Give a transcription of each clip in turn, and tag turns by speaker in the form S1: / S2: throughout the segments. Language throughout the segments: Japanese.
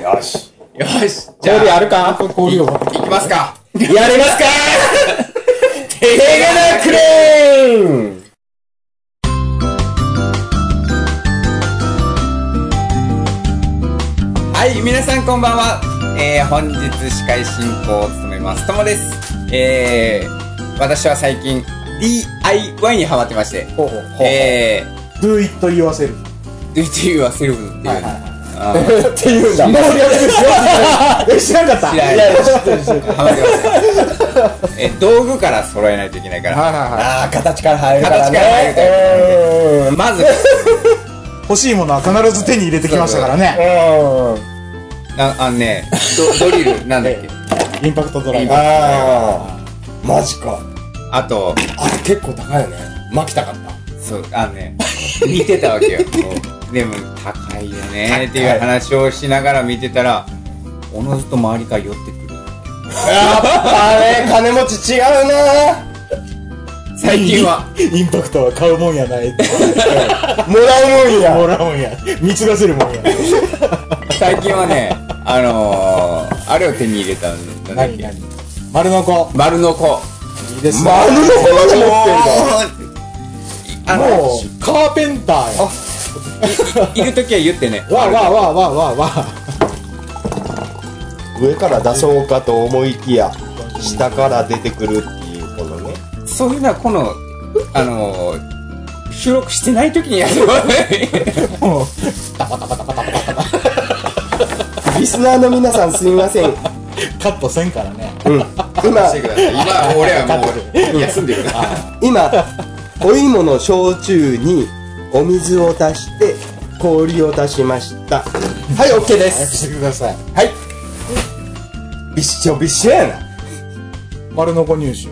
S1: よし。
S2: よし、じゃ
S3: 氷
S2: あ、
S3: あるか氷を。
S2: いきますか。
S3: やりますか手柄クレーン
S2: はい、皆さんこんばんは。えー、本日司会進行を務めます、ともです。えー、私は最近 DIY にハマってまして、
S1: ほうほう。
S2: え
S1: do it yourself。
S2: ー、DIY はセルフっていう、あー
S3: って言うんだ。
S1: え、知らんかった
S2: 知らん
S1: いやいや、知ってる知ってる。
S2: ハマってました。えー、道具から揃えないといけないから、
S1: はいはいは
S3: ああ、形から入るから
S2: 形から入
S3: ね。
S2: るという
S3: う
S2: まず、
S1: い。欲しいものは必ず手に入れてきましたからね。
S3: ん。うん。
S2: なあのね、ドドリル、なんだっけ。
S1: インパクトドライバー。
S3: ああ。マジか。
S2: あと、
S3: あれ結構高いよね。巻きたかった。
S2: そう、あのね、見てたわけ よ。こうでも、高いよねっていう話をしながら見てたら、おのずと周りから寄ってくる。
S3: やっぱね、金持ち違うな
S2: 最近は、
S1: インパクトは買うもんやない。
S3: もらうもん
S1: も
S3: や。
S1: らうもんや。貢がせるもんや。
S2: 最近は ね、あのー、あれを手に入れたんだ
S1: 何
S2: ね。
S1: 何丸の子。
S2: 丸の子。
S1: いいですね
S3: 丸のこまで持
S2: おーあの、
S1: もう、カーペンターや。
S2: いいるときは言ってね。
S1: わあわあわあわあわあわあ。
S3: ってるの。上から出そうかと思いきや、下から出てくるっていう、このね。
S2: そういうのは、この、あのー、収録してないときにやるわ ね。
S1: もう
S3: リスナーの皆さんすみません。うん。
S1: カットせんからね。
S3: 今、
S2: してください今、俺は もう、休んでるから。
S3: 今、お芋の焼酎にお水を足して、氷を足しました。はい、OK で
S1: 早く
S3: す。
S1: してください。
S3: はい。びっしょびっしょやな。
S1: 丸のこ入手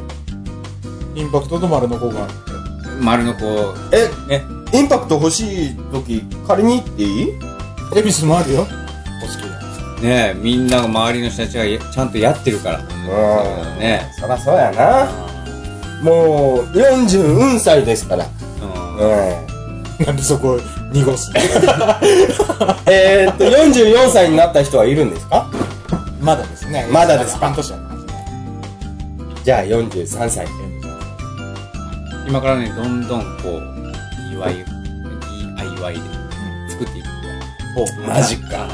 S1: インパクトと丸のこがある
S2: 丸の子、
S3: え、
S2: ね。
S3: インパクト欲しい時、借りに行っていい
S1: 恵比寿もあるよお好きだ
S2: ねえみんな周りの人たちがやちゃんとやってるから
S3: ん
S2: ね
S3: そらそうやな。もう、40運歳ですから。
S2: うん
S3: うん。
S1: なんでそこを 濁すの
S3: えーっと、44歳になった人はいるんですか
S1: まだですね
S3: まだです
S1: 半年ありますね
S3: じゃあ43歳。
S2: 今からねどんどんこう DIY DIY で作っていく
S1: ほう
S3: マジ
S2: か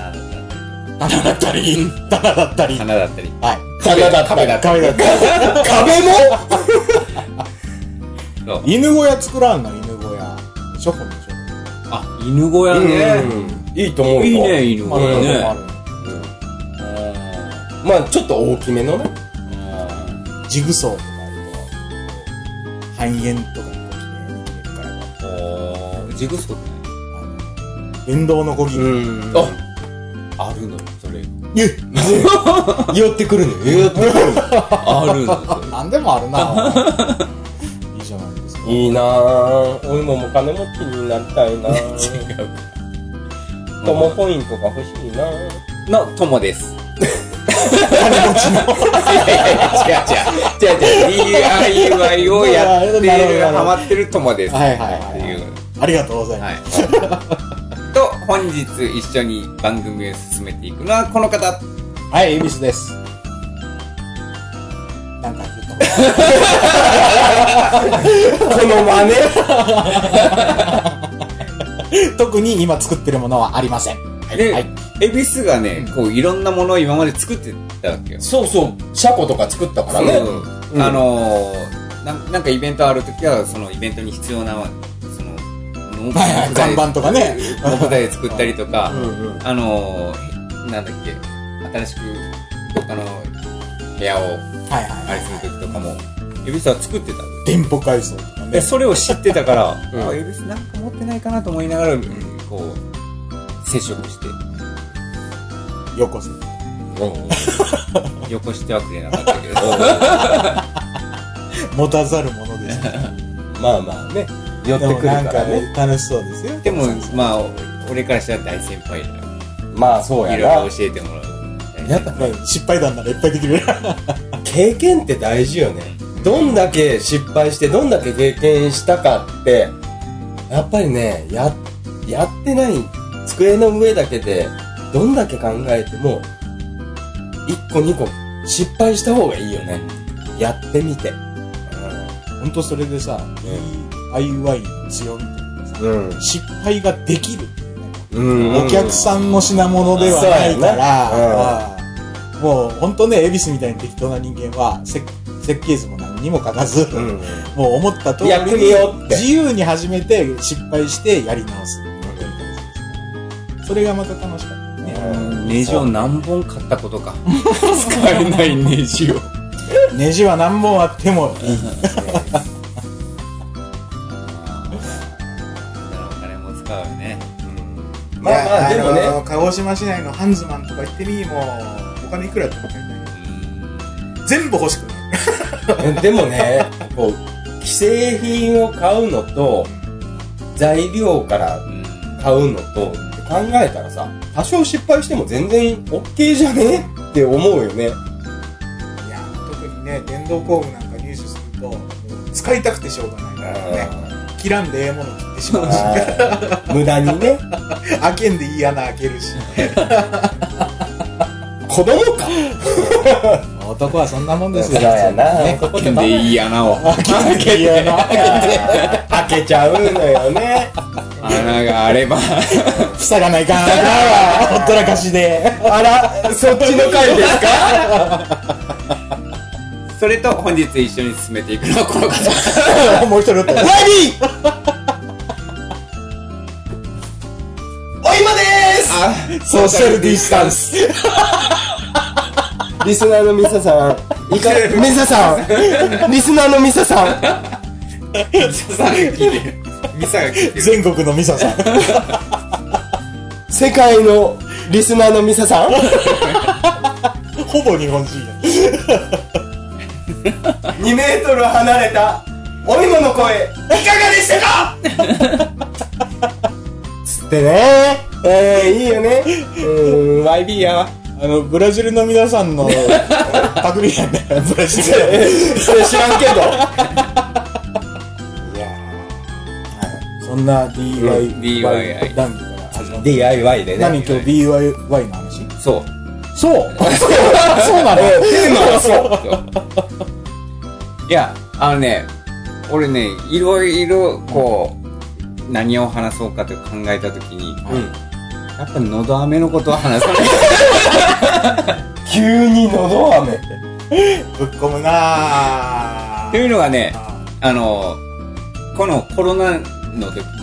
S2: 花だった
S1: 棚だったり棚だったり
S2: り花だったり
S1: はい
S3: 壁だった
S2: 壁だ
S3: ら。
S1: 壁だったり
S3: 壁も
S2: そう
S1: 犬小屋作らんの犬小屋ショコのショ
S2: あ犬小屋
S3: う
S2: ね
S3: ん。いいと思うよ。
S2: いいね犬
S1: コ
S2: 小
S1: 丸の
S2: 屋ね
S1: こもある
S3: まあちょっと大きめのね。
S2: うん
S1: ジグソーとかあると半円とかにこ
S2: お
S1: う綺麗に入れるから
S2: ージグソーってね
S1: あの電動のこぎり
S3: ん
S2: ああるの それ
S3: 寄ってくるの寄ってくる
S2: あるのそれ
S1: なんでもあるないいじゃないですか
S3: いいなぁ。お芋も金持ちになりたい なぁ。トモポイントが欲しいなぁ。
S2: の友です。 違う違う。違う違う。DIY をやって
S1: なるほど
S2: る、
S1: なるほど
S2: ハマってる友です。
S1: はいはい
S2: っ
S1: は
S2: て
S1: いはい
S2: いう。
S1: ありがとうございます。
S2: はい。と、本日一緒に番組を進めていくのはこの方。
S1: はい、恵比寿です。なんか言ったことあ
S3: この真似
S1: る特に今作ってるものはありません。
S2: で、
S1: はい
S2: 恵比寿がね、こういろんなものを今まで作ってたわけよ。
S3: そうそう。車庫とか作ったからね。
S2: そう
S3: うん
S2: あのーな、なんかイベントあるときは、そのイベントに必要な、その、農
S1: はいはい看板とかね
S2: 木材作ったりとか、
S3: うんうん
S2: あのー、なんだっけ、新しく、あの部屋を
S1: はい
S2: あ
S1: は
S2: れ
S1: い。
S2: するときとかも、恵比寿は作ってた。
S1: 店舗改装とか
S2: で、
S1: ね。
S2: それを知ってたから、
S3: ん
S2: あ、恵比寿なんか持ってないかなと思いながら、こう、接触して、
S1: よこせ。
S2: よこしてはくれなかったけど、
S1: 持たざるものですね。
S3: まあまあね。寄っ
S1: で
S3: て
S1: も
S3: くるか
S1: なんから
S3: ね。
S1: ね、楽しそうです よ。
S2: でも、まあ、俺からしたら大先輩だよ。
S3: まあそう
S2: い
S3: や
S2: ろい
S3: な
S2: ろ。教えてもらう。
S3: やっぱ
S1: はい失敗談ならいっぱいできる。
S3: 経験って大事よね。どんだけ失敗して、どんだけ経験したかって、やっぱりね、や、やってない、机の上だけでどんだけ考えても、1個2個失敗した方がいいよね。やってみて。
S1: ほんとそれでさ、DIY の強みというかさ、
S3: うん。
S1: 失敗ができるっていうね。
S3: うん。
S1: お客さんの品物ではないから、もう本当ね、恵比寿みたいに適当な人間は、せ設計図も何にも書かず、
S3: うん。
S1: もう思った通り
S2: やってみようって
S1: 自由に始めて失敗してやり直す。それがまた楽しかったね。
S2: ネジを何本買ったことか。 使えないネ ジを。
S1: ネジは何本あってもいい。
S2: お金も使うよね。
S3: まあまあ、でも
S4: いや
S3: ね、
S4: の鹿児島市内のハンズマンとか行ってみもうお金いくらやっても足りない全部欲しくない
S3: でもね、こう、既製品を買うのと、材料から買うのと、って考えたらさ、多少失敗しても全然 OK じゃねって思うよね。
S4: いや特にね電動工具なんか入手するともう使いたくてしょうがないからね切らんでええもの切ってしまうし
S3: 無駄にね、
S4: 開けんでいい穴開けるし
S3: 子供か
S1: 男はそんなもんです
S3: そう
S1: よ。
S3: やな。
S1: ね
S2: 開けんでいい穴を。開けて
S3: 開けちゃうのよね。
S2: 穴があれば。
S1: 塞がないかん。ほったらかし で。
S3: あら、そっちの回ですか
S2: それと本日一緒に進めていくのはこの方。
S1: もう一人おったよ。
S3: ワビーおいまで
S1: ソーシャルディスタンス。
S3: ーす リスナーのミサさん、いか、ミサさん、リスナーのミサさん、
S2: サが聞いてる。ミサが聞いてる。
S1: 全国のミサさん。
S3: 世界のリスナーのミサさん、
S1: ほぼ日本人や。
S3: 2メートル離れた、お芋の声、いかがでしたか つってね、えー、いいよね。うーん、YB やわ。
S1: あの、ブラジルの皆さんの パクリなんだよ、ブラジル。
S3: それ知らんけど。いや
S1: そんな DIY、
S2: DIY
S1: 談義から始まっ
S3: ー
S1: て。
S3: DIY でね。
S1: 何今日 DIY の話
S2: そう。
S1: そうそうなの
S3: テーマはそう。
S2: いや、あのね、俺ね、いろいろ、こう、何を話そうかと考えたときに、
S3: うん
S2: やっぱのど飴のことを話さない。
S3: 急にのど飴。
S4: ぶっ込むな
S2: というのがね、
S4: あ
S2: あの、このコロナの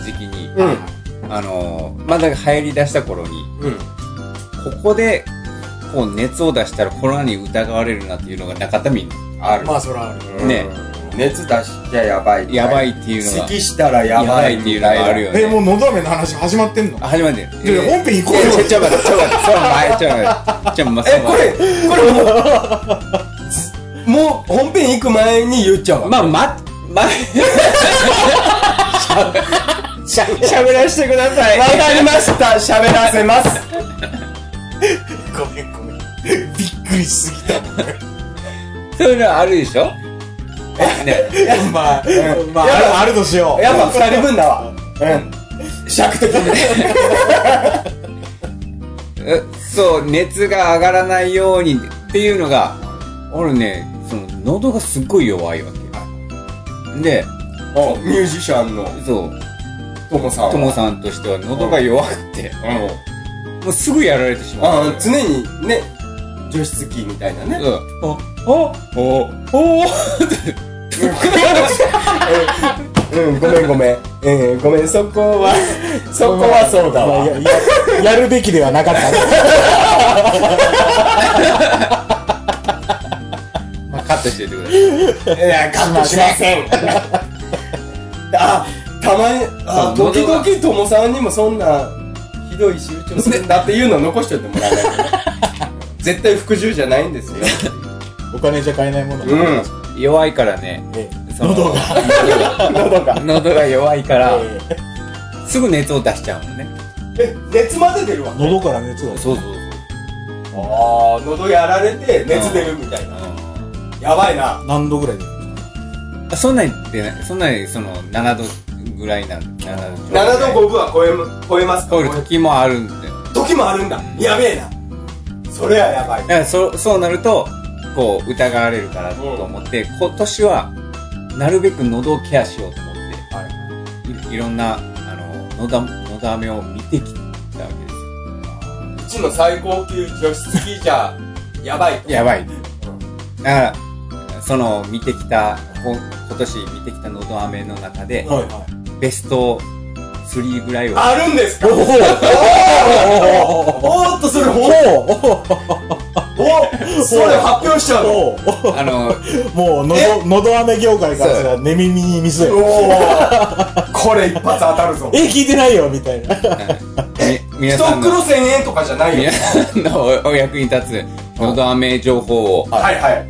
S2: 時期に、
S3: うん。
S2: あの、まだ流行り出した頃に、
S3: うん。
S2: ここで、こう熱を出したらコロナに疑われるなっていうのが中田民ある。
S4: まあそらある
S2: ね
S3: 熱出しちゃやばい。
S2: やばいっていうのが、
S3: 咳したらやばい
S2: っていうのがあるよね。
S4: えもうのど飴の話始まってんの
S2: あ始まってる。
S4: いや本編行こう
S2: いや
S4: よ
S2: ちょ、ちょ、待って、ちょ、待って、その前、ちょ、待って。ちょ、ま、
S3: え、
S2: その
S3: こ
S2: 前
S3: れ、これもう、もう本編行く前に言っちゃうわ。
S2: まあ、ま、ま、
S3: しゃ、しゃべらせてください。わかりました。しゃべらせます。
S4: ごめんごめんびっくりしすぎたもんね
S2: そういうのはあるでしょえ、ね、
S1: まあ、ま
S3: やだ
S1: あ、あるとしよう。
S3: やっぱ二人分だわ。うん。尺的に。
S2: えそう、熱が上がらないようにっていうのが、俺ね、その、喉がすっごい弱いわけ。で、
S3: おミュージシャンの
S2: そう、
S3: ともさんは。
S2: ともさんとしては喉が弱くて、
S3: うん。
S2: もうすぐやられてしまう。
S3: あ常にね、除湿機みたいなね。
S2: うん。お、お、お、お、
S3: うん、ごめんごめん。うん、ごめん、そこは、 そこはそうだわ。
S1: やややるべきではなかった。
S2: まあ、カットしていてください。
S3: いや、カットしません。あ、たまに、あ、
S2: そう
S3: 時々ともさんにもそんな、ひどい仕打ちをするんだっていうのを残しといてもらえないと ね絶対服従じゃないんですよ。
S1: お金じゃ買えないもの。
S3: うん
S1: え
S2: 弱いからね、
S1: え
S2: その
S1: 喉が。
S3: 喉が。
S2: 喉が弱いから、
S1: ええ
S2: すぐ熱を出しちゃうのね。
S3: え、熱まで出るわ。
S1: 喉から熱を。
S2: そうそうそう。
S3: ああ、喉やられて熱出るみたいな。やばいな。
S1: 何度ぐらいで
S2: あそんなに出ない。そんなに、その、7度ぐらいなんで、7
S3: 7度5分は超えむ超えますか
S2: 超える時もあるんだよ。
S3: 時時もあるんだ。やべえな。それはやばい。
S2: だからそそうなるとこう疑われるからと思って、今年はなるべく喉をケアしようと思って、い、いろんなあののだのだめを見てきたわけです
S3: うち
S2: よ
S3: の最高級除湿機じゃ、やばいと。
S2: やばい、だからその見てきたこ今年見てきたのど飴の中で、
S1: はいは
S2: ベスト3ぐらいを
S3: あるんですか
S1: い。
S3: おーっと、それ、ほ
S1: おお
S3: おそれ発表しちゃうの
S1: おお
S2: あの
S1: もう、のど、のど飴業界からすら寝耳に水
S3: お
S1: よ。
S3: ーこれ一発当たるぞ。
S1: え、聞いてないよ、みたいな。
S2: み皆
S3: 一
S2: さんの
S3: 袋千円とかじゃないよ
S2: 皆。さんのおお役に立つのど飴情報を
S3: はいはい。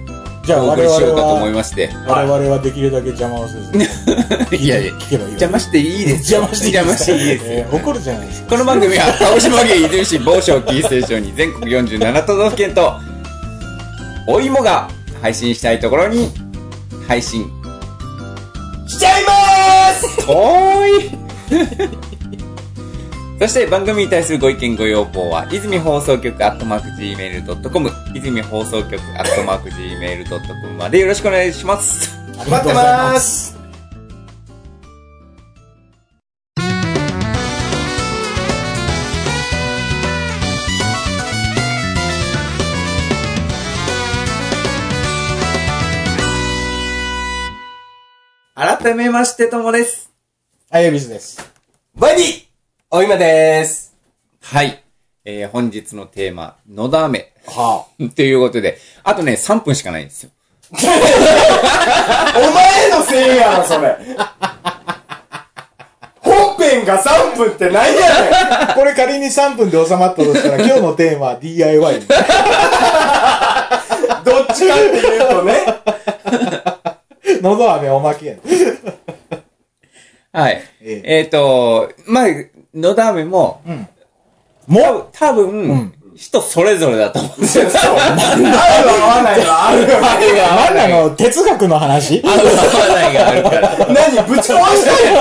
S1: じゃあ、
S2: お送
S1: 我
S2: り
S1: 々
S2: しようかと思い
S1: は、
S2: まして
S1: 我々はできるだけ邪魔をせず。
S2: いやいや
S1: 聞けばいいよ。
S2: 邪魔していいです
S1: 邪魔していい
S2: 邪魔していい
S1: で
S2: ですす
S1: かえー怒るじゃない ですか。
S2: この番組は鹿児島県伊豆市某所をキーステーションに全国47都道府県とお芋が配信したいところに配信
S3: しちゃいまーす
S2: おい そして番組に対するご意見ご要望は、泉放送局アットマーク Gmail.com、泉放送局アットマーク Gmail.com までよろしくお願いします。
S3: 待ってまーす
S2: 改めまして、ともです。
S1: あやびすです。
S3: バイビーお今でーす。
S2: はい。えー、本日のテーマ、のだめ。
S1: は
S2: ということで、あとね、3分しかないんですよ。
S3: お前のせいやろ、それ。本編が3分ってないや
S1: あ。これ仮に3分で収まったとしたら、今日のテーマは DIY。
S3: ねん。どっちかっていうとね。
S1: のど飴おまけやん。
S2: はい。
S1: え
S2: えっ、と、まあ、のだめも、
S1: もう
S2: 多分、人それぞれだと思うんですよ。
S3: 合う合わないはあるよ。
S2: あれが
S1: なんなの哲学の話
S2: 合う合わないがあるから。
S3: 何ぶち壊したよ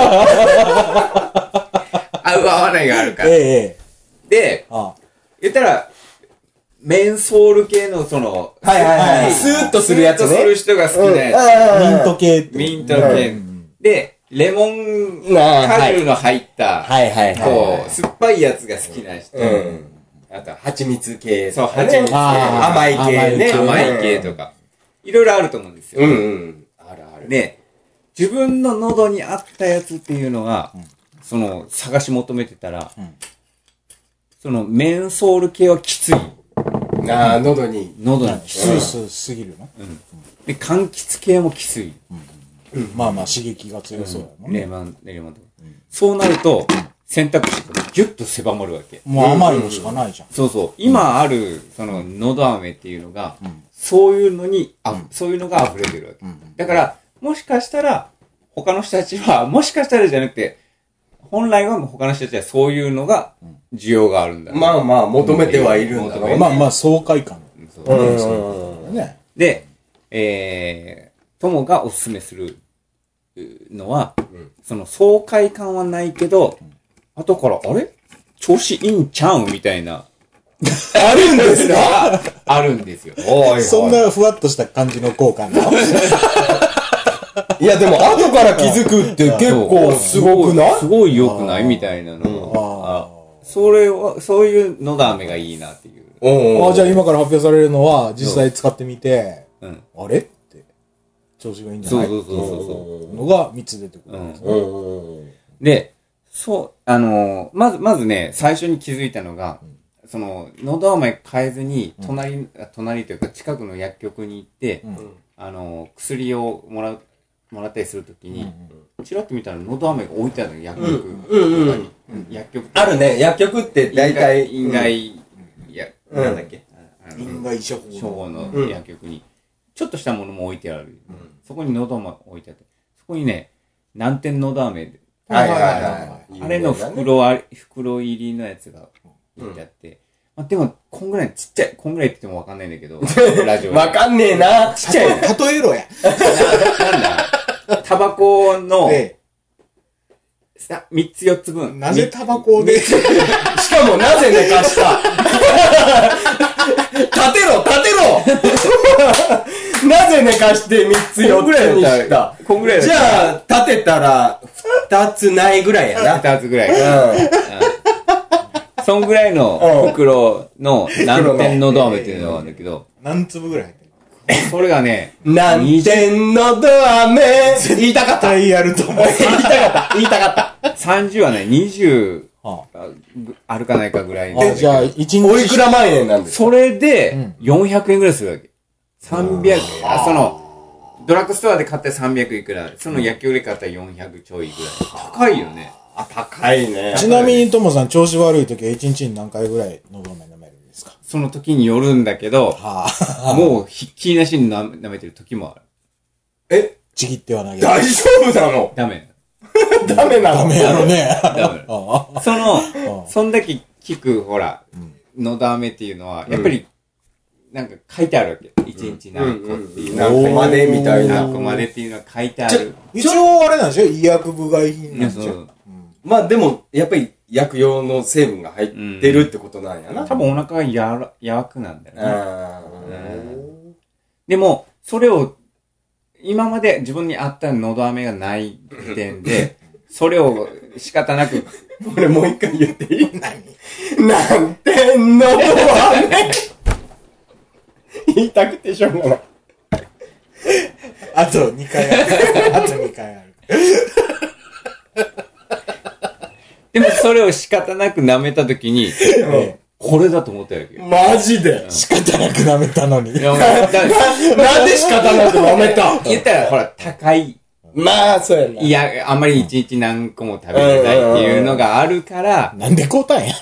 S2: 合う合わないがあるか
S1: え
S2: ら。
S1: えええ。
S2: で、
S1: あ
S2: 言ったら、メンソール系のその、
S3: はいはい
S1: はい
S3: スーッとするやつ
S2: スーッとす
S3: ね。
S2: る人が好きなや
S1: あミント系っ
S2: つ。
S1: て。
S2: ミント系。で、レモン果汁の入った、
S1: いはい
S2: こう、酸っぱいやつが好きな人。
S3: うん。
S2: あと、
S3: 蜂蜜系。
S2: そう蜂蜜系
S1: あー
S3: 甘い系ね。
S2: 甘い系とか。いろいろあると思うんですよ。
S3: うんうん。あるある。
S2: で、自分の喉に合ったやつっていうのは、その、探し求めてたら、
S1: ん
S2: その、メンソール系はきつい。
S3: ああ、喉に。
S2: 喉にきつい。
S1: スースーすぎるの
S2: で、柑橘系もきつい。
S1: まあまあ刺激が強そうやもんね。
S2: レモン、レモンとか。そうなると、選択肢がギュッと狭まるわけ。
S1: もう甘いのしかないじゃん。
S2: そうそう。今ある、その、喉飴っていうのが、そういうのに、あ、そういうのが溢れてるわけ。だから、もしかしたら、他の人たちは、 もしかしたらじゃなくて、本来は他の人たちはそういうのが、需要があるんだろう
S3: まあまあ、求めてはいるんだろうね。
S1: まあまあ爽快感。
S2: そう
S3: うん。
S1: ね。
S2: で、えー、友がおすすめするうのは、その爽快感はないけど、後から、あれ調子いいんちゃうんみたいな。 あるんですか あるんですよ。
S3: おい
S1: そんなふわっとした感じの効果なの
S3: いや、でも、後から気づくって結構すごくない
S2: すごい良くないみたいなのが。あそれは、そういうのだめがいいなっていう。
S3: お
S1: あ、じゃあ今から発表されるのは実際使ってみて、
S2: うん。
S1: あれって調子がいいんじゃ
S2: そ
S1: な
S2: う
S1: い
S2: そうそうそうそ
S1: のが3つ出てく
S2: う。う
S1: る。
S2: ん。
S3: うん。
S2: で、そう、あのーまず、まずね、最初に気づいたのが、その、喉飴変えずに、隣、あ隣というか近くの薬局に行って、あのー薬をもらう、もらったりするときに、ちらっと見たら喉飴が置いてあるの、薬局とかに。
S3: うんうん
S2: うん薬局
S3: あるね、薬局って大体。
S2: 院外、院外いや、
S3: うん
S2: なんだっけ、あの
S1: 因外処
S2: 処
S1: 方。
S2: 方の
S3: うん
S2: 薬局に、ちょっとしたものも置いてある。そこに喉飴置いてあって、そこにね、南天喉飴、
S3: はいはいはい。
S2: あれの袋あり、袋入りのやつが置いてあって。まあ、でも、こんぐらいちっちゃい、こんぐらいって言ってもわかんないんだけど、ラジオ で
S3: わかんねえな。ちっちゃい。
S1: 例えろや。
S2: なんだタバコの、
S1: え
S2: さ3つ4つ分。
S4: なぜタバコで、
S3: しかもなぜ寝かした立てろ立てろなぜ寝かして3つ4つにした
S2: こんぐらいだった
S3: じゃあ、立てたら2つないぐらいやな。
S2: 2つぐらい。
S3: うん。
S2: そんぐらいの
S3: うん
S2: 袋の何点のドアメっていうのがあるんだけど、
S4: 何粒ぐらい入ってる
S2: それがね、
S3: 何点のドアメ言いたかった。
S4: 大やると思う。
S3: 言いたかった。言いたかった。
S2: 30はね、20
S1: は
S2: ああるかないかぐらい
S1: ああ、じゃあ、一
S3: おいく
S1: 日、
S3: ら万円なんですか
S2: それで、400円ぐらいするわけ。300、あ、その、ドラッグストアで買ったら300いくら、その薬局で買ったら400ちょいぐらい。高いよね。あ、高い。
S3: いね
S1: ちなみにともさん、調子悪い時は一日に何回ぐらいのどめ飲めるんですか
S2: その時によるんだけど、
S1: はあ、
S2: もうひっきりなしにな舐めてる時もある。
S3: え、
S1: ちぎっては投げる。
S3: 大丈夫なの
S2: ダメ。
S3: ダメなの
S1: ダメやろね。
S2: ダメ。
S1: あ
S2: そ
S1: うん
S2: の、そんだけ聞く、ほら、のだめっていうのは、やっぱり、なんか書いてあるわけ。一日何個っていう。
S3: 何個までみたいな
S2: 何。個までっていうのは書いてある。
S1: 一応あれなんでしょ医薬部外品
S2: い
S1: なん
S2: や
S1: でし
S2: そ
S1: ょ
S2: う
S3: まあでも、やっぱり薬用の成分が入ってるってことなんやな。
S2: 多分お腹がやら、やわくなんだよね。
S3: うん
S2: でも、それを、今まで自分に合ったのど飴がない時点で、それを仕方なく、
S3: 俺もう一回言っていい何何点のドアメ言いたくてしょうがない。
S4: あと2回ある。あと2回ある。
S2: でもそれを仕方なく舐めた時に、
S1: え
S2: これだと思ったわけよ。
S3: マジで
S1: え仕方なく舐めたのに。
S2: いやもうだ
S3: なんで仕方なく舐めた
S2: 言ったら、ほら、高い。
S3: まあ、そうやな。
S2: いや、あんまり一日何個も食べれないっていうのがあるから、
S1: なんでこうたんや。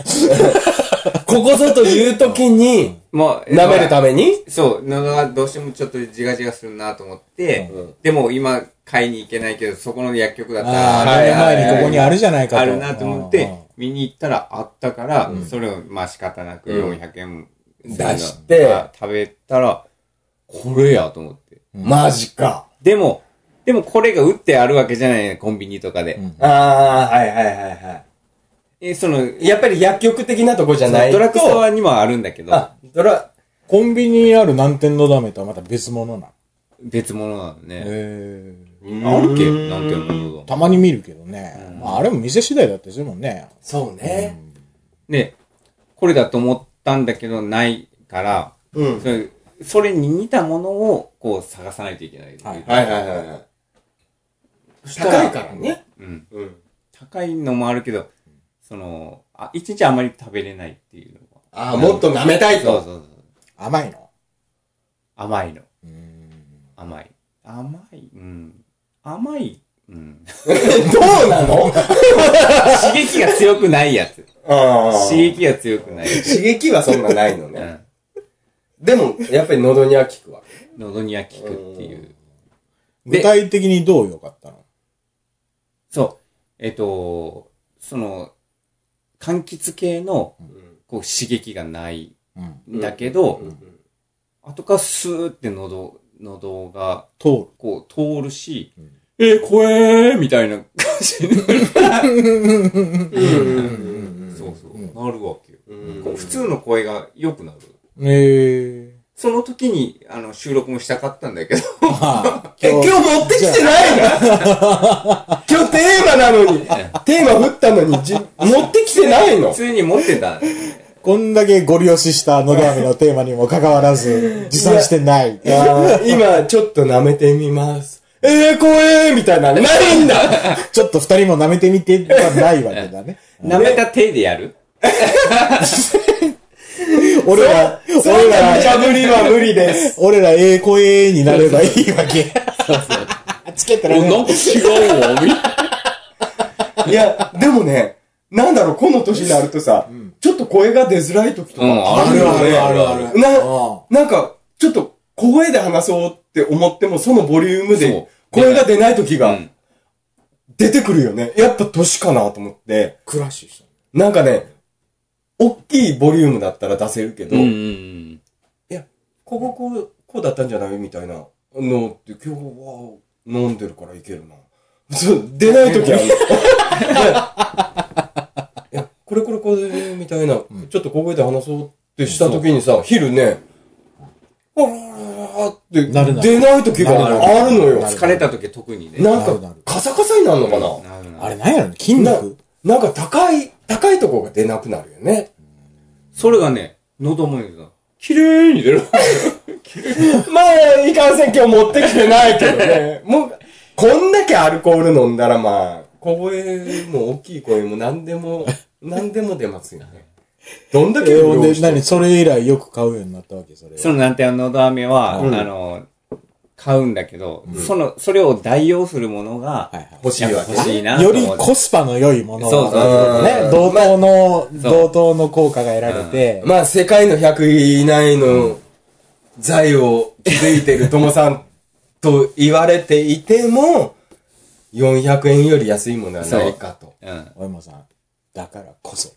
S3: ここぞという時に、
S2: もう、
S3: 舐めるために
S2: そう、喉がどうしてもちょっとじがじがするなと思って、
S3: うん
S2: でも今買いに行けないけど、そこの薬局だった
S1: ああ、
S2: ら、
S1: 目の
S3: はい
S1: 前にここにあるじゃないかと。
S2: あるなと思っ
S1: うん
S2: て、見に行ったらあったから、それをまあ仕方なく400円
S3: 出して
S2: あ食べたら、これやと思って。
S3: マジか。
S2: でも、でもこれが売ってあるわけじゃないね、コンビニとかで。
S1: ん
S3: ああ、はいはいはいは
S2: え、その、
S3: い。やっぱり薬局的なとこじゃないと。
S2: ドラッグストアにもあるんだけど、
S3: あ、ドラ、
S1: コンビニにある南天のダメとはまた別物なの。
S2: 別物なのね。
S1: へえ。
S2: あるっけなんていうの
S1: たまに見るけどね。まあ、あれも店次第だってするもんね。
S3: そうね。
S2: で、これだと思ったんだけど、ないから、
S3: うん。
S2: それそれに似たものを、こう、探さないといけない。
S1: はい
S3: はいはいはいはい。
S2: したら
S3: らね。
S2: うん。
S3: うん。
S2: 高いのもあるけど、その、あ、一日あんまり食べれないっていうのが。
S3: ああ、もっと舐めたい
S2: そう
S3: と。
S2: そうそう。
S1: 甘いの。
S2: 甘いの。
S1: うん。
S2: 甘い。甘い。うん。甘い。うん。
S3: どうなの
S2: 刺激が強くないやつ。刺
S3: 刺
S2: 激が強くない。
S3: 刺激はそんなないの
S2: う
S3: ね。
S2: ん。
S3: でも、やっぱり喉には効くわ。
S2: 喉には効くっていう。で
S1: 具体的にどう良かったの
S2: そう。えっ、と、その、柑橘系の、こう、刺激がない
S1: うん。
S2: んだけど、
S3: うん
S2: 後からスーって喉、喉が、
S1: 通る。
S2: こう、通るし、
S1: うん
S2: えー、怖えーみたいな感じになる。そうそう。なるわけよ。こう普通の声が良くなる。
S1: ええ。
S2: その時に、あの、収録もしたかったんだけど、
S1: まあ、
S3: え、今日持ってきてないの今日テーマなのに、テーマ振ったのに、じ持ってきてないの
S2: 普通に持ってた。
S1: こんだけご利用ししたのど飴のテーマにもかかわ らず、持参してない。
S3: あー今、ちょっと舐めてみます。えー、怖えーみたいな、ないんだ
S1: ちょっと二人も舐めてみてはないわけだね。
S2: 舐めた手でやる
S1: 俺ら、
S3: そ
S1: 俺
S3: んな無
S1: ら、
S3: 茶ぶりは無理です。
S1: 俺ら、ええ声になればいいわ け。チケット
S2: お
S1: ね
S2: なんか違うわ、み
S3: いや、でもね、なんだろう、この年になるとさ、ちょっと声が出づらい時と
S2: うん
S3: か、
S2: あるあるあるあ
S1: る
S3: な
S1: うん、
S3: なんか、ちょっと、声で話そうって思っても、そのボリューム
S2: そ
S3: で
S2: う、
S3: 声が出ない時
S2: う
S3: が
S2: ん、
S3: 出てくるよね。やっぱ年かなと思って、
S4: クラッシュした。
S3: なんかね、大きいボリュームだったら出せるけど、
S2: うんうん
S3: い
S2: うん。
S3: や、こここう、こうだったんじゃないみたいなのって、今日は飲んでるからいけるな。そう、出ない時ある。い や、これこれこれでみたいな、ちょっと小声で話そうってした時にさ、昼ね、あららららって、
S1: なるなる
S3: 出ない時があるのよ。
S2: 疲れた時特にね。
S3: なん
S1: なる
S3: か
S1: なる、
S3: カサカサになるのかな
S2: なるな
S1: あれなんやろね筋肉
S3: なんか高い、高いとこが出なくなるよね。
S2: それがね、喉もゆずだ。綺麗に出る。
S3: まあ、いかんせん今日持ってきてないけど ね。もう、こんだけアルコール飲んだらまあ、小声も大きい声も何で も、何でも出ますよね。どんだけ
S1: え
S3: 量
S1: ほんで
S3: して
S1: 何それ以来よく買うようになったわけそれは
S2: そのなんてのど飴は、
S3: うん
S2: あの、買うんだけど、その、それを代用するものが、
S1: はいはい
S3: 欲し
S2: やっ
S3: い
S2: ぱ
S3: わけ
S2: 欲しいなと
S1: よ
S2: 思って。
S1: りコスパの良いものを
S2: そうそう
S3: そう
S1: ね、同等の、同等の効果が得られて、
S3: まあ、世界の100位以内の財を築いてる友さんと言われていても、400円より安いものはないかと。
S2: うん。
S1: 小山さん、だからこそ。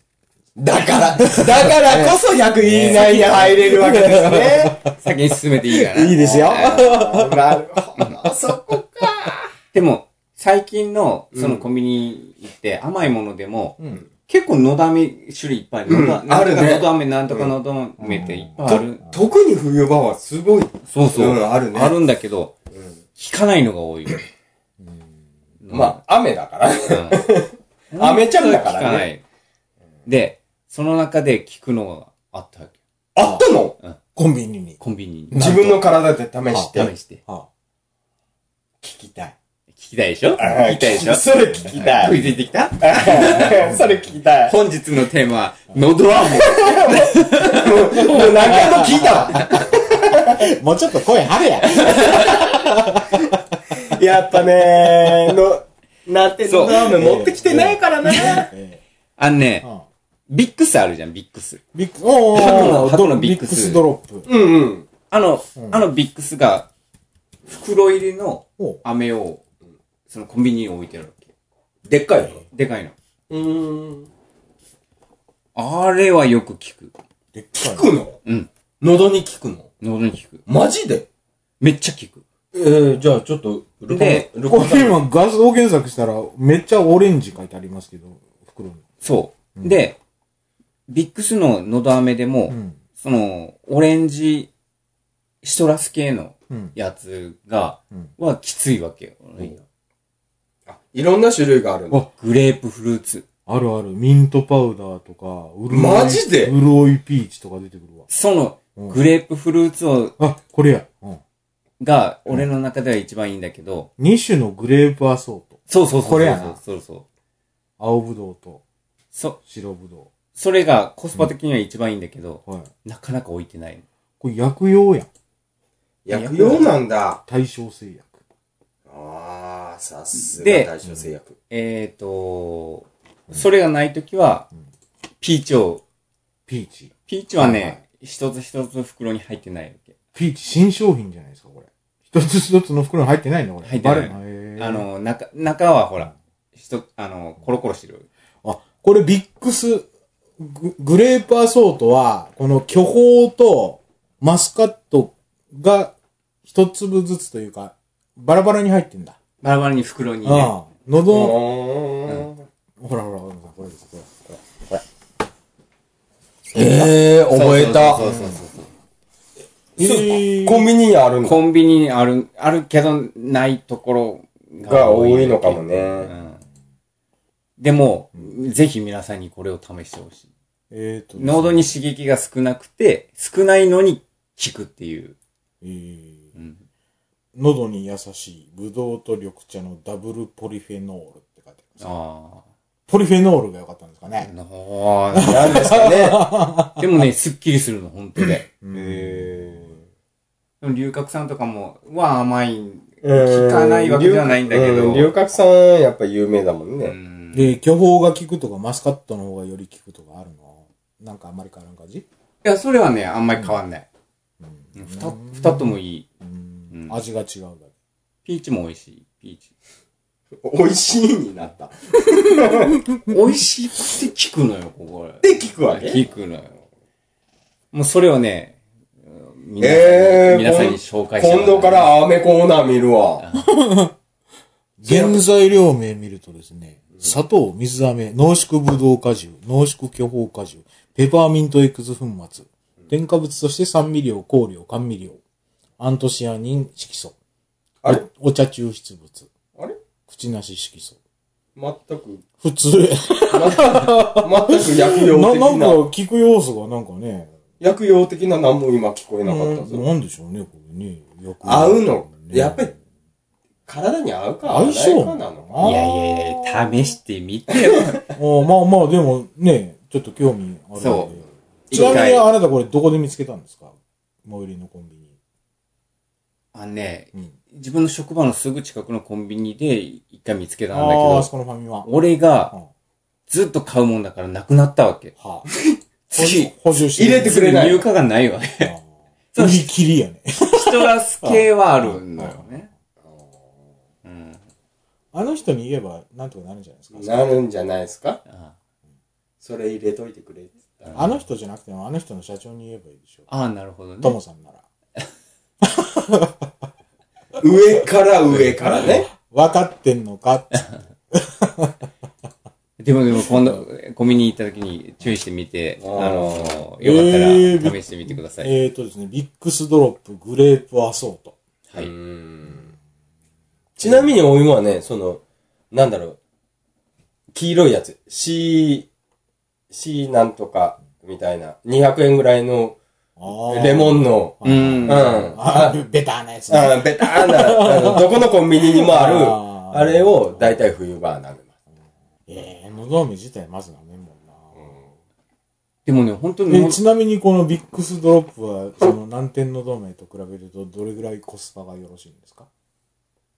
S3: だから、だからこそ100位以内に入れるわけですね。
S2: 先に進め ていいかな。
S1: いいですよ。
S3: なるほど、そこか。
S2: でも、最近の、そのコンビニ行って、甘いものでも、
S1: ん
S2: 結構のど飴種類いっぱいある。
S3: うん
S2: のど
S3: あるね
S2: なんとかのど飴、なんとかのど飴っていっぱいある。
S3: 特に冬場はすごい。
S2: そうそう、
S3: うんあるね
S2: あるんだけど、効かないのが多いよ。
S3: まあ、雨だから。
S2: うん
S3: アメちゃんだからね
S2: 効かない。で、その中で効くのがあったわけ。
S3: あったの
S1: コンビニに。
S2: コンビニに。
S3: 自分の体で試して。聞
S2: 試して。
S1: は聞きたい。
S2: 聞きたいでしょ聞きたいでしょ
S3: それ聞きた
S2: 食
S3: い。
S2: いついてきた
S3: それ聞きたい。
S2: 本日のテーマは、喉飴。
S3: もう何回も聞いたわ。
S1: もうちょっと声張 れや。
S3: やっぱねの、なって
S2: そう
S3: のラーメン持ってきてないからな。
S1: え
S2: あの
S1: え
S2: ね、
S1: うん
S2: ビックスあるじゃん、ビックス。
S1: ビック、おー
S2: 箱の
S1: おー
S2: 箱の
S1: ド
S2: ビックス
S1: ドロップ。
S3: うんうん。
S2: あの、あのビックスが、袋入りの
S1: おう
S2: 飴を、そのコンビニに置いてあるわけ。
S3: でっかいの
S2: でかいの。
S3: うん。
S2: あれはよく効く。
S1: でっかい
S3: 効くの
S2: うん。
S3: 喉に効くの
S2: 喉に効く。
S3: マジで
S2: めっちゃ効く。
S3: えー、じゃあちょっと、ルコ
S2: で
S3: ル
S1: こ
S3: コさん
S1: れ今画像検索したら、めっちゃオレンジ書いてありますけど、袋に。
S2: そう。で、ビックスの喉飴でも、
S1: うん。
S2: その、オレンジ、シトラス系の
S1: うん。
S2: やつが、
S1: うん
S2: はきついわけよ。
S3: いろんな種類があるの。
S2: わグレープフルーツ。
S1: あるある。ミントパウダーとか、うる
S3: マジで
S1: うるおいピーチとか出てくるわ。
S2: その、
S1: うん
S2: グレープフルーツを、
S1: あ、これや。うん。
S2: が、俺の中では一番いいんだけど、
S1: 2種のグレープアソート。
S2: そうそうそう。
S1: これやな
S2: そうそう。
S1: 青ぶどうと
S2: そ、
S1: 白ぶど
S2: それがコスパ的には一番いいんだけど、
S1: う。はい。
S2: なかなか置いてない。
S1: これ薬用やん。
S3: 薬用なんだ。
S1: 対症製薬。
S3: あー、さす
S2: で
S3: が大正製薬。
S2: えーと、それがないときは、ピーチを、
S1: ピーチ。
S2: ピーチはね、
S1: はいは
S2: 一つ一つ袋に入ってないわけ。
S1: ピーチ新商品じゃないですか、これ。一つ一つの袋に入ってないのこれ。
S2: 入ってない
S1: バレない。
S2: あ、の、中、中はほら、ひと、あの、コロコロしてる。
S1: あ、これビックス、ググレープアソートは、この巨峰とマスカットが一粒ずつというか、バラバラに入ってんだ。
S2: バラバラに袋にね。
S1: ああ。喉、
S3: おー
S1: ほらほらほら、これです、これ。
S3: ええー、覚えた。
S2: そうそうそうそう
S1: えー
S3: コンビニにあるの
S2: コンビニにある、あるけど、ないところ
S3: が多いのかも
S2: う
S3: ね。
S2: ん。でも、ぜひ皆さんにこれを試してほしい。
S1: えーとですね。
S2: 喉に刺激が少なくて、少ないのに効くっていう。
S1: えー
S2: うん
S1: 喉に優しい、ブドウと緑茶のダブルポリフェノールって書いてあります。
S2: あ
S1: ポリフェノールが良かったんですか
S2: あ。
S1: ね。
S2: なあ
S3: なんですかね。
S2: でも ね、すっきりするの、本当で。
S1: え
S2: でも、龍角散とかも、は甘い。
S3: うん
S2: 効かないわけではないんだけど
S3: うん龍角さん、やっぱ有名だもん
S2: う
S3: ね。
S2: ん。い
S1: で、巨峰が効くとか、マスカットの方がより効くとかあるのなんかあんまり変わらん感じ
S2: や、それはね、あんまり変わんない。うんふた、ふたともいい。
S1: うん
S2: うん
S1: 味が違うだ
S2: ピーチも美味しい。ピーチ。
S3: 美味しいになった。
S2: 美味しいって効くのよ、これ。
S3: で、聞くわけ。
S2: 聞くのよ。もうそれをね、うん皆さんに、
S3: えー
S2: 皆さんに紹介して
S3: 今度か。らアメコーナー見るわ。
S1: 原材料名見るとですね、砂糖、水飴、濃縮ぶどう果汁、濃縮巨峰果汁、ペパーミントエクス粉末、添加物として酸味料、香料、甘味料、アントシアニン、色素、
S3: あれ
S1: お茶抽出物、
S3: あれ
S1: 口なし色素。
S3: 全く、
S1: 普通、
S3: 全く薬用
S1: なな
S3: 的
S1: ん
S3: な、
S1: か聞く要素がなんかね、
S3: 薬用的な何も今聞こえなかったぞ。
S1: なんでしょうね、これね。よく
S3: 合うのやっぱり体に合うか合わな
S1: 相
S3: い
S1: 性
S3: かなのか。
S2: いやいやいや、試してみてよ。
S1: おまあまあ、でもね、ちょっと興味あるんで
S2: そ
S1: ちな
S2: 一
S1: みに
S2: 回
S1: あなたこれどこで見つけたんですか最寄りのコンビニ。
S2: あのね、
S1: うん
S2: 自分の職場のすぐ近くのコンビニで一回見つけたんだけ
S1: ああ、あ
S2: ど
S1: そ、このファミマ。は
S2: 俺が
S1: うん
S2: ずっと買うもんだからなくなったわけ。
S1: あ、
S2: 次、
S1: 補充して
S3: 入れてくれない
S2: 入荷がない わけ。
S1: ああ売り切りやね。
S2: シトラス系はあるのよね。うん。
S1: あの人に言えばなんとかなるんじゃないですか。
S3: なるんじゃないですか
S2: あ
S3: それ入れといてくれって言ったら。
S1: あの人じゃなくてもあの人の社長に言えばいいでしょ。
S2: あ、なるほどね。
S1: ともさんなら。
S3: 上から上からね。
S1: 分かってんのかっつって
S2: でもでも、今度、コンビニ行った時に注意してみて、あ
S3: あー。
S2: の、
S1: え
S2: よ
S1: ー
S2: かったら試してみてください。
S1: えーとですね、ビックスドロップ、グレープアソート。
S2: はいう
S3: んちなみにお芋はね、その、なんだろう、黄色いやつ、C、C なんとか、みたいな、200円ぐらいの
S1: ああ
S3: レモンの、
S1: う
S2: うん
S3: うん、
S1: あ
S3: あ
S1: ーベターなやつね。
S3: あベターな、あのどこのコンビニにもある
S1: あ、ー
S3: あれを大体冬場は舐めます。
S1: ええー、のど飴自体まずなめんもんな。
S2: でもね、本当に
S1: え、ちなみにこのビックスドロップは、その南天の同盟と比べると、どれぐらいコスパがよろしいんですか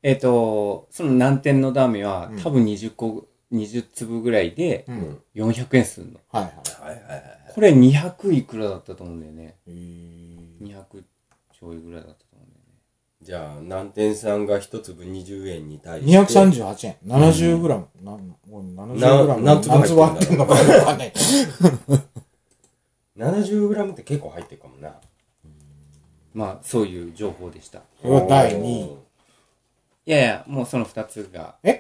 S2: えっ、と、その難点のダメは、
S1: うん
S2: 多分20個、20粒ぐらいで
S1: う
S3: うん。
S2: 400円するの。
S1: はいはい。
S3: はいはいはい。
S2: これ200いくらだったと思うんだよね。
S1: えー、
S2: 200ちょいぐらいだったと思うんだよね。
S3: じゃあ、南天さんが一粒20円に対して。
S1: 238円。70グラム。なん、これ70グラム。
S3: ななん粒
S1: 何粒入
S3: 入
S1: っ
S3: ってて
S1: ん
S3: ん
S1: の
S3: だ
S1: かわかんない。
S3: 70g って結構入ってるかもな。
S2: まあ、そういう情報でした。
S1: これは第二位。
S2: いやいや、もうその2つ が。
S3: トッ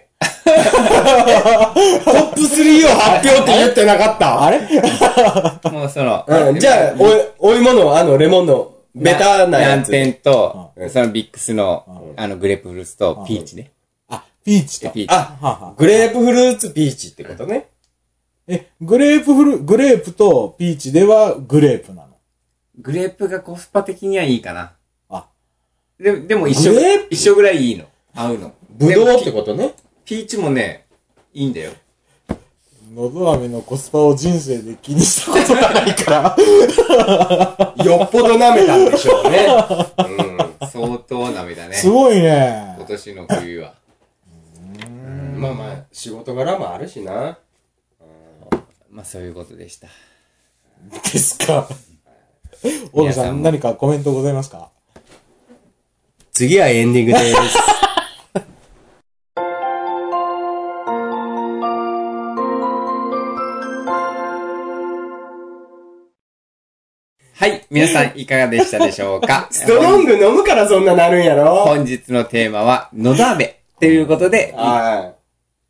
S3: プ3を発表って言ってなかった。あれ、
S2: もうその
S3: うん、じゃあ、お、お芋の、あの、レモンの、ベターなやつ。
S2: 難点と
S3: う、ん
S2: そのビックスの、あの、グレープフルーツとピーチね。
S1: あ、ピーチと。
S2: ピーチ。
S3: あ、
S1: はは
S3: グレープフルーツピーチってことね。
S1: え、グレープフル、グレープとピーチではグレープなの。
S2: グレープがコスパ的にはいいかな。
S1: あ。
S2: ででも一緒
S3: グレー、プ
S2: 一緒ぐらいいいの。合うの。
S3: ぶどうってことね。
S2: ピーチもね、いいんだよ。
S1: のど飴のコスパを人生で気にしたことがないから。
S3: よっぽど舐めたんでしょ うね。うん。
S2: 相当ダ メだね。
S1: すごいね
S2: 今。年の冬は。
S3: まあまあ、仕事柄もあるしな。
S2: まあそういうことでした。
S1: ですか。大野
S2: 皆
S1: さ
S2: さん
S1: ん、
S2: も
S1: 何かコメントございますか
S3: 次はエンディングです。
S2: はい、皆さんいかがでしたでしょう か
S3: ストロング飲むからそんななるんやろ。
S2: 本日のテーマは、のど飴ということで、
S3: は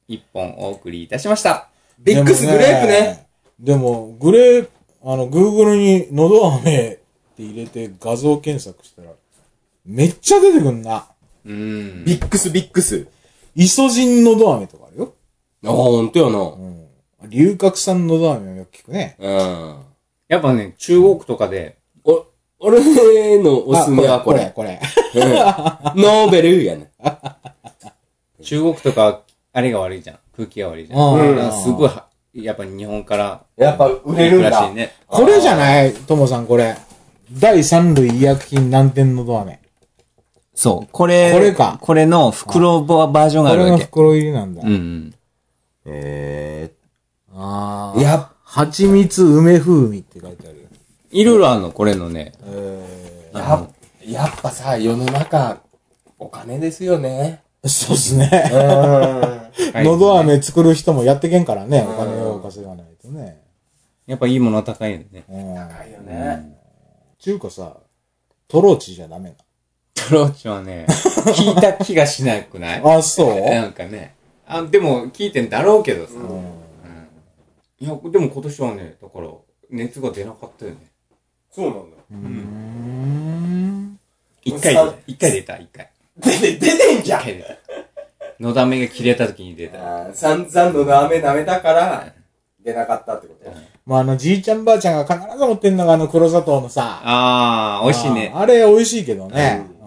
S2: 一本お送りいたしました。
S3: い。ビックスグレープね。。
S1: でも、グレープ、あの、Google にのど飴って入れて画像検索したら、めっちゃ出てくんな。
S2: うん。
S3: ビックスビックス。
S1: イソジンのど飴とかあるよ。
S3: あ、ほんとやな。
S1: 龍角散のど飴はよく聞くね。
S3: うん。
S2: やっぱね、中国とかで、
S3: お、俺のおすすめは
S1: あ
S3: これ。
S1: これ、
S3: う
S1: こ
S3: んノーベルやね。
S2: 中国とか、あれが悪いじゃん。空気が悪いじゃん。
S1: うん
S2: だからすごいは、やっぱ日本から、
S3: やっぱ売れるんだ
S2: らしいね。
S1: れ。これじゃないともさん、これ。第3類医薬品難点のど飴。
S2: そう。これ、
S1: これか
S2: これの袋バージョンが
S1: こ
S2: ある
S1: れ
S2: わ
S1: が
S2: け。
S1: 袋入りなんだ。
S2: うんうん。
S3: え
S1: あ
S3: ー、
S1: あ。
S3: やっ
S1: 蜂蜜梅風味って書いてあるよ。
S2: いろいろあるの、これのね。
S1: え
S3: ややっぱさ、世の中、お金ですよね。
S1: ー、そうですね。
S3: うん。は
S2: はい
S1: のど飴作る人もやってけんからね、お金を稼がないとね。
S2: やっぱいいものは高いよね。
S1: うん。
S3: いよね。
S1: ちゅうかさ、トロチじゃダメな。
S2: トローチは ね、聞いた気がしなくない
S1: あ、そう
S2: なんかね。あ、でも聞いてんだろうけどさ。うんいや、でも今年はね、だから、熱が出なかったよね。
S3: そうなんだ。
S1: うーん。
S2: 一回
S3: さ、
S2: 一回出た、一回。
S3: 出て、出てんじゃ
S2: 一回出た。のだめが切れた時に出た。
S3: ん散々のダメ舐めたから、出なかったってこと
S1: まあ、あの、じいちゃんばあちゃんが必ず持ってんのが、あの、黒砂糖のさ。
S2: あー、美味しいね
S1: あ。ーあれ、美味しいけどね。
S3: う
S1: う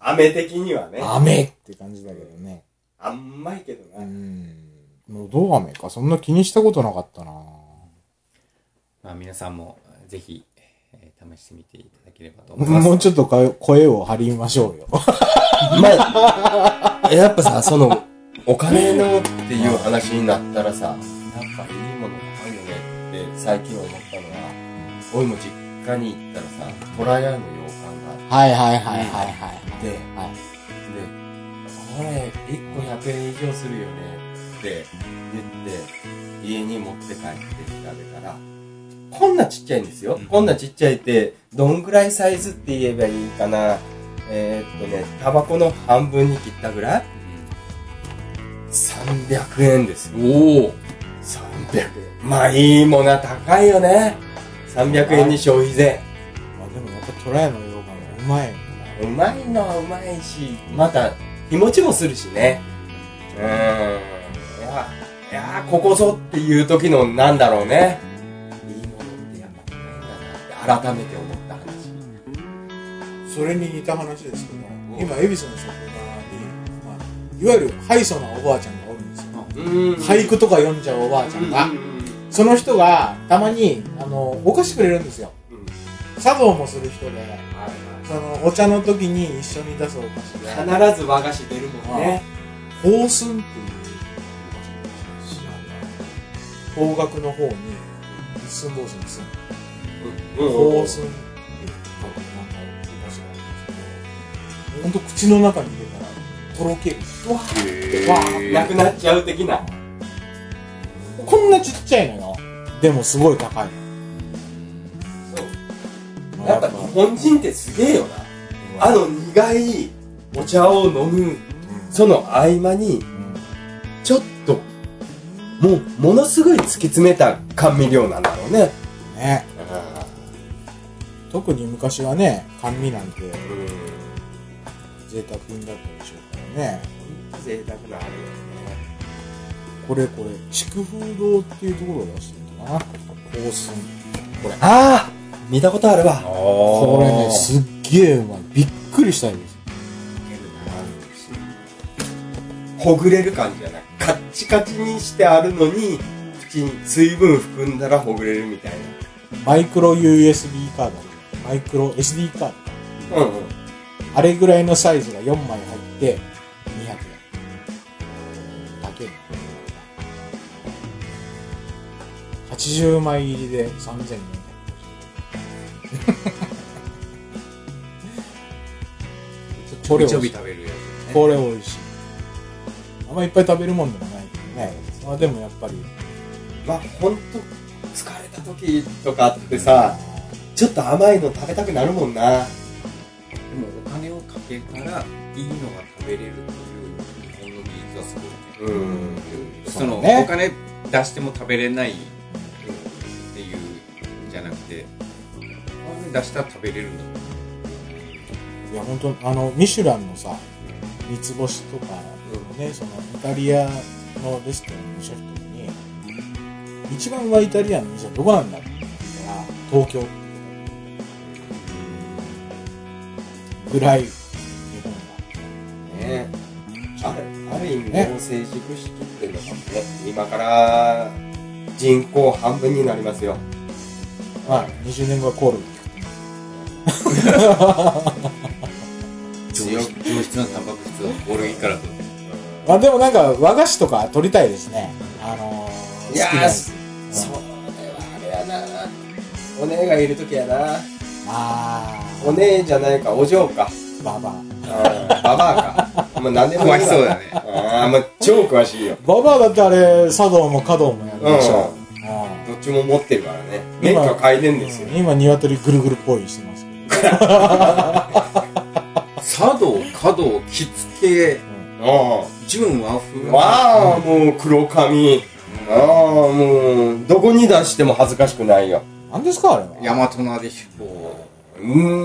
S3: 飴的にはね
S1: ん。。飴って感じだけどね。
S3: 甘いけど
S1: う
S3: な。
S1: ん。のど飴か。そんな気にしたことなかったな
S2: まあ皆さんも、ぜひ、えー試してみていただければと思います。
S1: もうちょ
S2: っ
S1: っとか声を張りましょうよ。
S3: まあ、やっぱさ、その、お金のっていう話になったらさ、やっぱいいものがあるよねって最近思ったのは、俺も実家に行ったらさ、トライアルの洋館があっ
S1: はいはいはいはいはい。
S3: て、
S1: はい
S3: で、これ、1個100円以上するよねって言って、家に持って帰って食べたら、こんなちっちゃいんですよ。こんなちっちゃいって、どんぐらいサイズって言えばいいかな。えーっとね、タバコの半分に切ったぐらい ?300 円ですよ。
S2: おー。
S3: 300円。まあ、いいものは高いよね。300円に消費税。
S1: まあでもやっぱトライの洋館はうまい。
S3: うまいのはうまいし、また、日持ちもするしね。うーん。いや、いやーここぞっていう時のなんだろうね。いいものってやっぱうまいんだなって改めて思った話。
S4: それに似た話ですけど、
S3: ん
S4: 今恵比寿の職場に、まあ、いわゆる敗訴なおばあちゃんがおるんですよ、
S3: うーん
S4: 俳句とか読んじゃうおばあちゃんが、その人がたまにあのお菓子くれるんですよ茶道もする人でそのお茶の時に一緒に出すお菓子で
S3: 必ず和菓子出るもんね。
S4: 宝寸っていう方角の方に一寸法師に住む
S3: うん
S4: 宝寸っていうなんかお菓子があるんですけどほんと口の中に入れたらとろけるわ
S2: へー
S4: わー
S3: なくなっちゃう的な。
S1: こんなちっちゃいのよ。でもすごい高い。
S3: そう。やっぱ日本人ってすげえよな。あの苦いお茶を飲む、その合間に、ちょっと、もう、ものすごい突き詰めた甘味料なんだろうね。
S1: ね。特に昔はね、甘味なんて贅沢品だったでしょうからね。
S3: 贅沢なあれ
S1: これこれ、筑風堂っていうところを出してるのかな。香寸。
S3: ああ見たことあるわ。
S1: こ
S2: こ
S1: れね、すっげえうまい。びっくりしたんです。
S3: ほぐれる感じじゃない。カッチカチにしてあるのに、口に水分含んだらほぐれるみたい
S1: マイクロ USB カード。マイクロ SD カードか。
S3: な。うんうん。
S1: あれぐらいのサイズが4枚入って、200円。だけね。80枚入りで3400円。
S2: ちょびちょび食べるや
S1: これ美味しい。あんまいっぱい食べるもんでもないけどね。まあでもやっぱり、
S3: まあ、ほんと、疲れた時とかってさ、ちょっと甘いの食べたくなるもんな。
S2: つ。でもお金をかけたら、いいのが食べれるっていう、このニーズはすごいね。
S3: うん。
S2: その、
S1: そうね
S2: お金出しても食べれないっていうんじゃなくて、お金出したら食べれるんだもん
S1: いや本当あの、ミシュランのさ、三つ星とかでもね、そのイタリアのレストランのシェフとかに、一番はイタリアンの店はどこなんだって言ったら、東京って言ったぐらい、日本が。
S3: ねあるある意味
S1: ね
S3: もう成熟しきってるのかもね今から人口半分になりますよ
S1: まあ、20年後はコール聞くっ
S2: 上
S1: て
S2: 上質なタンパク質をオールギからと。
S1: まあでもなんか、和菓子とか取りたいですね。あのー、
S3: いや
S1: 好きなんです
S3: ーそれはあれやなお姉がいる時やな
S1: あー、
S3: お姉じゃないかお嬢か
S1: ババア。
S3: うんババアかもう何でも
S2: 詳しそう
S3: だ
S2: だね。
S3: あーもう超詳しいよ
S1: ババアだってあれ、茶道も華道もやる
S3: うん
S1: でしょ。
S3: ど
S1: うん
S3: っちも持ってるからね免許変えてんですよ
S1: 今、鶏ぐるぐるっぽいしてますけど。
S2: 茶道、華道、着付け、
S3: あ
S2: 純和風。
S3: あ。まあ、もう黒髪。ああ、もう、どこに出しても恥ずかしくないよ。
S1: 何ですかあれは。
S2: 大和なで彦。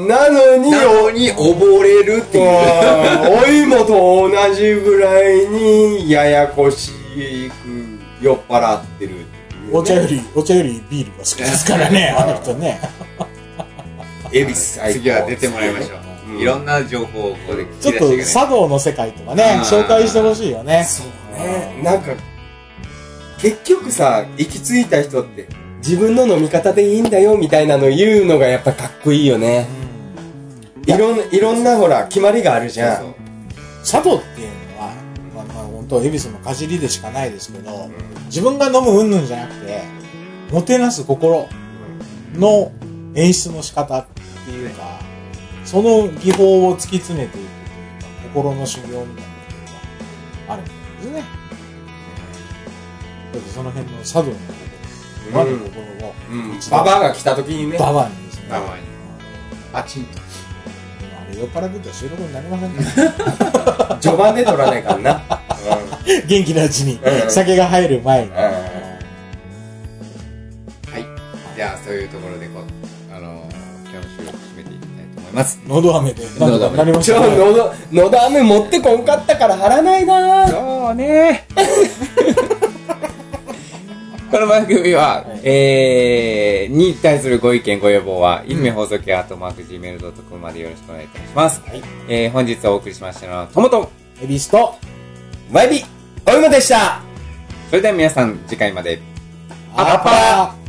S3: なのに、
S2: なのに溺れるっていう。
S3: あーお芋と同じぐらいにややこしく酔っ払ってるっていうね
S1: お茶より、お茶よりビールが好きですか らね、あの人ね。
S3: 恵比寿最高
S2: 次は出てもらいましょ
S3: う
S2: う。
S3: ん
S2: いろんな情報をここで
S1: ちょ
S2: 聞き出
S1: っ
S2: してい
S1: と、
S2: かない
S1: 茶道の世界とかね、
S2: あー
S1: 紹介してほしいよね。
S3: そうねなんか結局さ行き着いた人って自分の飲み方でいいんだよみたいなの言うのがやっぱかっこいいよねいろんいろんなほら決まりがあるじゃん
S2: そう
S1: 茶道っていうのは、まあ、まあ、本当、恵比寿のかじりでしかないですけど、自分が飲む云々じゃなくて、もてなす心の演出の仕方っていうか、その技法を突き詰めていくというか、心の修行みたいなことがあるんですね。ちょっとその辺の茶道の心、和の心を、
S3: うんババアが来た時にね
S1: ババアにですね、
S2: ババアにあちんと。
S1: あれ酔っ払ってたら収録になりませんね。
S3: 序盤で取らないからな、
S1: 元気なうちに
S3: う、ん
S1: 酒が入る前に。
S2: じゃあ、そういうところで、こう、あのー、今日の収録締めていきたいと思います。
S1: 喉飴で、なんとかなり
S3: うん、
S1: まし
S3: ち
S1: た
S3: ょ
S1: ね
S3: のどのど飴持ってこんかったから貼らないな
S2: そう ね。この番組は、えー、に対するご意見、ご要望は、いじめ放送局アートマーク Gmail.com までよろしくお願いいたします。えー、本日お送りしましたのは、ともと、
S1: エビスと、
S3: マイビお芋でした
S2: それでは皆さん、次回まで。
S1: アッパー